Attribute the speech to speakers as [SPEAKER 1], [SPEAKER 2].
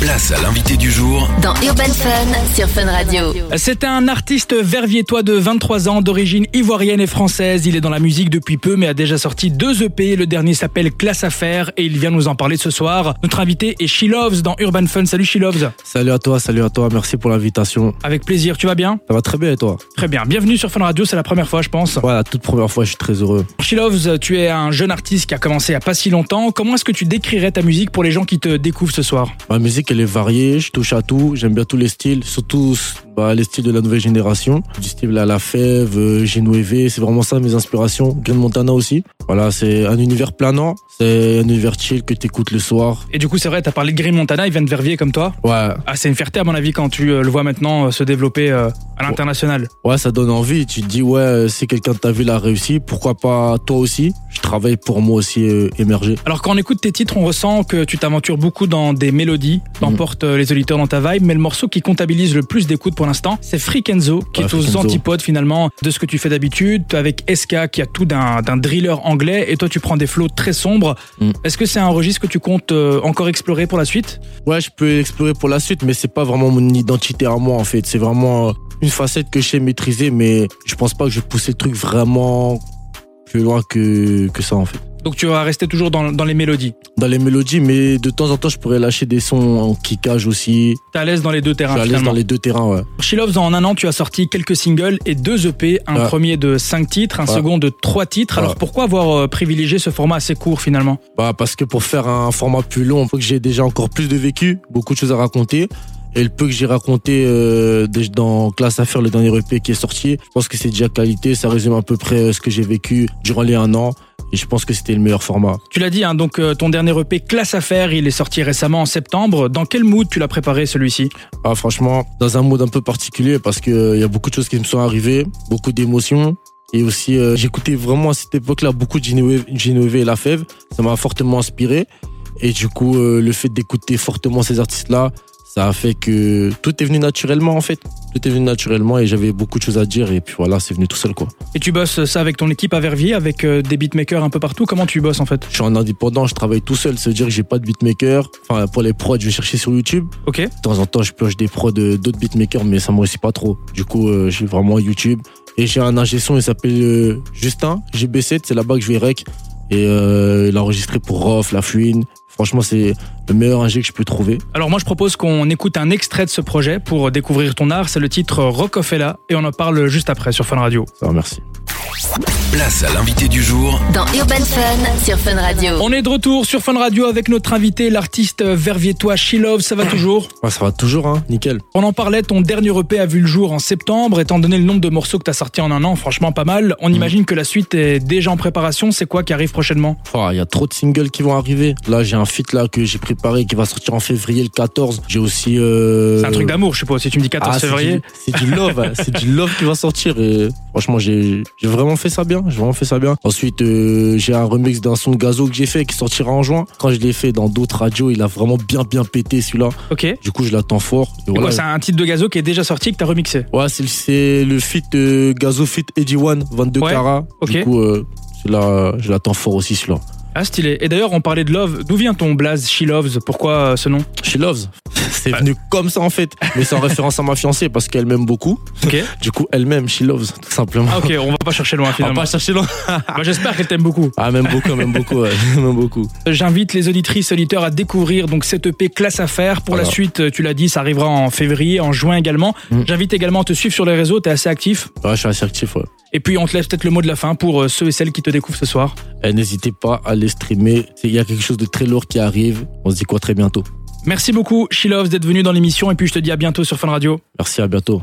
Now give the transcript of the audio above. [SPEAKER 1] Place à l'invité du jour
[SPEAKER 2] Dans Urban Fun sur Fun Radio.
[SPEAKER 3] C'est un artiste verviétois de 23 ans, d'origine ivoirienne et française. Il est dans la musique depuis peu, mais a déjà sorti deux EP. Le dernier s'appelle Classe Affaire et il vient nous en parler ce soir. Notre invité est She Loves dans Urban Fun. Salut She Loves.
[SPEAKER 4] Salut à toi, salut à toi, merci pour l'invitation.
[SPEAKER 3] Avec plaisir, tu vas bien
[SPEAKER 4] Ça va très bien et toi
[SPEAKER 3] Très bien. Bienvenue sur Fun Radio, c'est la première fois, je pense.
[SPEAKER 4] Ouais, la toute première fois, je suis très heureux.
[SPEAKER 3] She Loves, tu es un jeune artiste qui a commencé il n'y a pas si longtemps. Comment est-ce que tu décrirais ta musique pour les gens qui te découvrent ce soir
[SPEAKER 4] Ma musique, elle est variée, je touche à tout, j'aime bien tous les styles, surtout bah, les styles de la nouvelle génération. Du style à la fève, euh, Genueve, c'est vraiment ça mes inspirations. Green Montana aussi. Voilà, c'est un univers planant, c'est un univers chill que t'écoutes le soir.
[SPEAKER 3] Et du coup, c'est vrai, t'as parlé de Green Montana, il vient de Verviers comme toi.
[SPEAKER 4] Ouais,
[SPEAKER 3] Ah, c'est une fierté à mon avis quand tu euh, le vois maintenant euh, se développer euh, à l'international.
[SPEAKER 4] ouais, ça donne envie. Tu te dis, ouais, euh, si quelqu'un de ta ville a réussi, pourquoi pas toi aussi Je travaille pour moi aussi euh, émerger.
[SPEAKER 3] Alors quand on écoute tes titres, on ressent que tu t'aventures beaucoup dans des mélodies, t'emportes euh, les auditeurs dans ta vibe, mais le morceau qui comptabilise le plus d'écoutes pour l'instant, c'est Freakenzo, qui
[SPEAKER 4] Ouais,
[SPEAKER 3] est aux
[SPEAKER 4] Freakenzo.
[SPEAKER 3] antipodes finalement de ce que tu fais d'habitude, avec SK qui a tout d'un d'un driller anglais, et toi tu prends des flots très sombres.
[SPEAKER 4] Mm.
[SPEAKER 3] Est-ce que c'est un registre que tu comptes euh, encore explorer pour la suite
[SPEAKER 4] Ouais, je peux explorer pour la suite, mais c'est pas vraiment mon identité à moi en fait. C'est vraiment euh, une facette que je sais maîtriser, mais je pense pas que je vais pousser le truc vraiment plus loin que, que ça en fait.
[SPEAKER 3] Donc tu vas rester toujours dans, dans les mélodies.
[SPEAKER 4] Dans les mélodies, mais de temps en temps, je pourrais lâcher des sons en kickage aussi.
[SPEAKER 3] T'es à l'aise dans les deux
[SPEAKER 4] Je
[SPEAKER 3] terrains
[SPEAKER 4] suis à l'aise
[SPEAKER 3] Ah, finalement.
[SPEAKER 4] dans les deux terrains, ouais.
[SPEAKER 3] She Loves, en un an, tu as sorti quelques singles et deux EP, un
[SPEAKER 4] Ouais.
[SPEAKER 3] premier de 5 titres, un
[SPEAKER 4] Ouais.
[SPEAKER 3] second de 3 titres. Alors
[SPEAKER 4] Ouais.
[SPEAKER 3] pourquoi avoir euh, privilégié ce format assez court finalement
[SPEAKER 4] Bah, parce que pour faire un format plus long, il faut que j'ai déjà encore plus de vécu, beaucoup de choses à raconter. Et le peu que j'ai raconté euh, dès- dans Classe à faire, le dernier EP qui est sorti, je pense que c'est déjà qualité. Ça résume à peu près euh, ce que j'ai vécu durant les un an. Et je pense que c'était le meilleur format.
[SPEAKER 3] Tu l'as dit, hein, donc euh, ton dernier EP Classe à faire, il est sorti récemment en septembre. Dans quel mood tu l'as préparé celui-ci
[SPEAKER 4] Ah, franchement, dans un mode un peu particulier parce que euh, y a beaucoup de choses qui me sont arrivées, beaucoup d'émotions. Et aussi, euh, j'écoutais vraiment à cette époque-là beaucoup de Geneviève Geneviève et La Fève. Ça m'a fortement inspiré. Et du coup, euh, le fait d'écouter fortement ces artistes-là, ça a fait que tout est venu naturellement, en fait. Tout est venu naturellement et j'avais beaucoup de choses à dire. Et puis voilà, c'est venu tout seul, quoi.
[SPEAKER 3] Et tu bosses ça avec ton équipe à Verviers, avec euh, des beatmakers un peu partout. Comment tu bosses en fait
[SPEAKER 4] Je suis en indépendant, je travaille tout seul. Ça veut dire que j'ai pas de beatmaker. Enfin, pour les prods, je vais chercher sur YouTube.
[SPEAKER 3] Ok.
[SPEAKER 4] De temps en temps, je pioche des prods de- d'autres beatmakers, mais ça me réussit pas trop. Du coup, euh, j'ai vraiment YouTube. Et j'ai un ingé son, il s'appelle euh, Justin, GB7, c'est là-bas que je vais rec. Et euh, il a enregistré pour Rof, La Fouine. Franchement, c'est le meilleur ingé que je peux trouver.
[SPEAKER 3] Alors moi je propose qu'on écoute un extrait de ce projet pour découvrir ton art. C'est le titre Rockefeller et on en parle juste après sur Fun Radio.
[SPEAKER 4] Ça va, merci.
[SPEAKER 1] Place à l'invité du jour
[SPEAKER 2] Dans Urban Fun sur Fun Radio.
[SPEAKER 3] On est de retour sur Fun Radio avec notre invité, l'artiste verviétois She Loves. Ça va toujours
[SPEAKER 4] Ouais, ça va toujours, hein, nickel.
[SPEAKER 3] On en parlait, ton dernier EP a vu le jour en septembre. Étant donné le nombre de morceaux que t'as sorti en un an, franchement pas mal. On imagine que la suite est déjà en préparation. C'est quoi qui arrive prochainement
[SPEAKER 4] Oh, Il y a trop de singles qui vont arriver. Là, j'ai un feat là que j'ai préparé qui va sortir en février le 14. J'ai aussi. euh,
[SPEAKER 3] C'est un truc d'amour, je suppose. Si tu me dis 14
[SPEAKER 4] Ah, c'est
[SPEAKER 3] février,
[SPEAKER 4] du- C'est du, love, hein. c'est du love qui va sortir. Et franchement, j'ai j'ai vraiment fait ça bien. J'ai vraiment fait ça bien. Ensuite, euh, j'ai un remix d'un son de Gazo que j'ai fait qui sortira en juin. Quand je l'ai fait dans d'autres radios, il a vraiment bien bien pété celui-là.
[SPEAKER 3] ok. Et
[SPEAKER 4] Du coup, je l'attends fort. Et
[SPEAKER 3] quoi,
[SPEAKER 4] voilà.
[SPEAKER 3] c'est un titre de Gazo qui est déjà sorti que t'as remixé.
[SPEAKER 4] Ouais, c'est c'est le feat euh, Gazo feat Edgy One 22
[SPEAKER 3] Ouais,
[SPEAKER 4] Cara.
[SPEAKER 3] ok.
[SPEAKER 4] Du coup, euh, celui-là, euh, je l'attends fort aussi celui-là.
[SPEAKER 3] Ah stylé. Et d'ailleurs, on parlait de Love. D'où vient ton blaze She Loves Pourquoi euh, ce nom
[SPEAKER 4] She loves. C'est venu comme ça en fait, mais c'est en référence à ma fiancée parce qu'elle m'aime beaucoup.
[SPEAKER 3] Ok.
[SPEAKER 4] Du coup, elle-même, she loves tout simplement.
[SPEAKER 3] Ah ok, on va pas chercher loin
[SPEAKER 4] On va
[SPEAKER 3] finalement.
[SPEAKER 4] pas chercher loin.
[SPEAKER 3] Bah, J'espère qu'elle t'aime beaucoup.
[SPEAKER 4] Ah, même beaucoup, même beaucoup, ouais. même beaucoup.
[SPEAKER 3] J'invite les auditrices auditeurs à découvrir donc cette EP classe à faire. Pour la
[SPEAKER 4] Voilà.
[SPEAKER 3] suite, euh, tu l'as dit, ça arrivera en février, en juin également.
[SPEAKER 4] Mm.
[SPEAKER 3] J'invite également à te suivre sur les réseaux, t'es assez actif.
[SPEAKER 4] Ouais, je suis assez actif, ouais.
[SPEAKER 3] Et puis on te laisse peut-être le mot de la fin pour euh, ceux et celles qui te découvrent ce soir.
[SPEAKER 4] Eh, N'hésitez pas à les streamer. C'est- Il y a quelque chose de très lourd qui arrive. On se dit quoi très bientôt.
[SPEAKER 3] Merci beaucoup, She Loves, d'être venu dans l'émission. Et puis je te dis à bientôt sur Fun Radio.
[SPEAKER 4] Merci, à bientôt.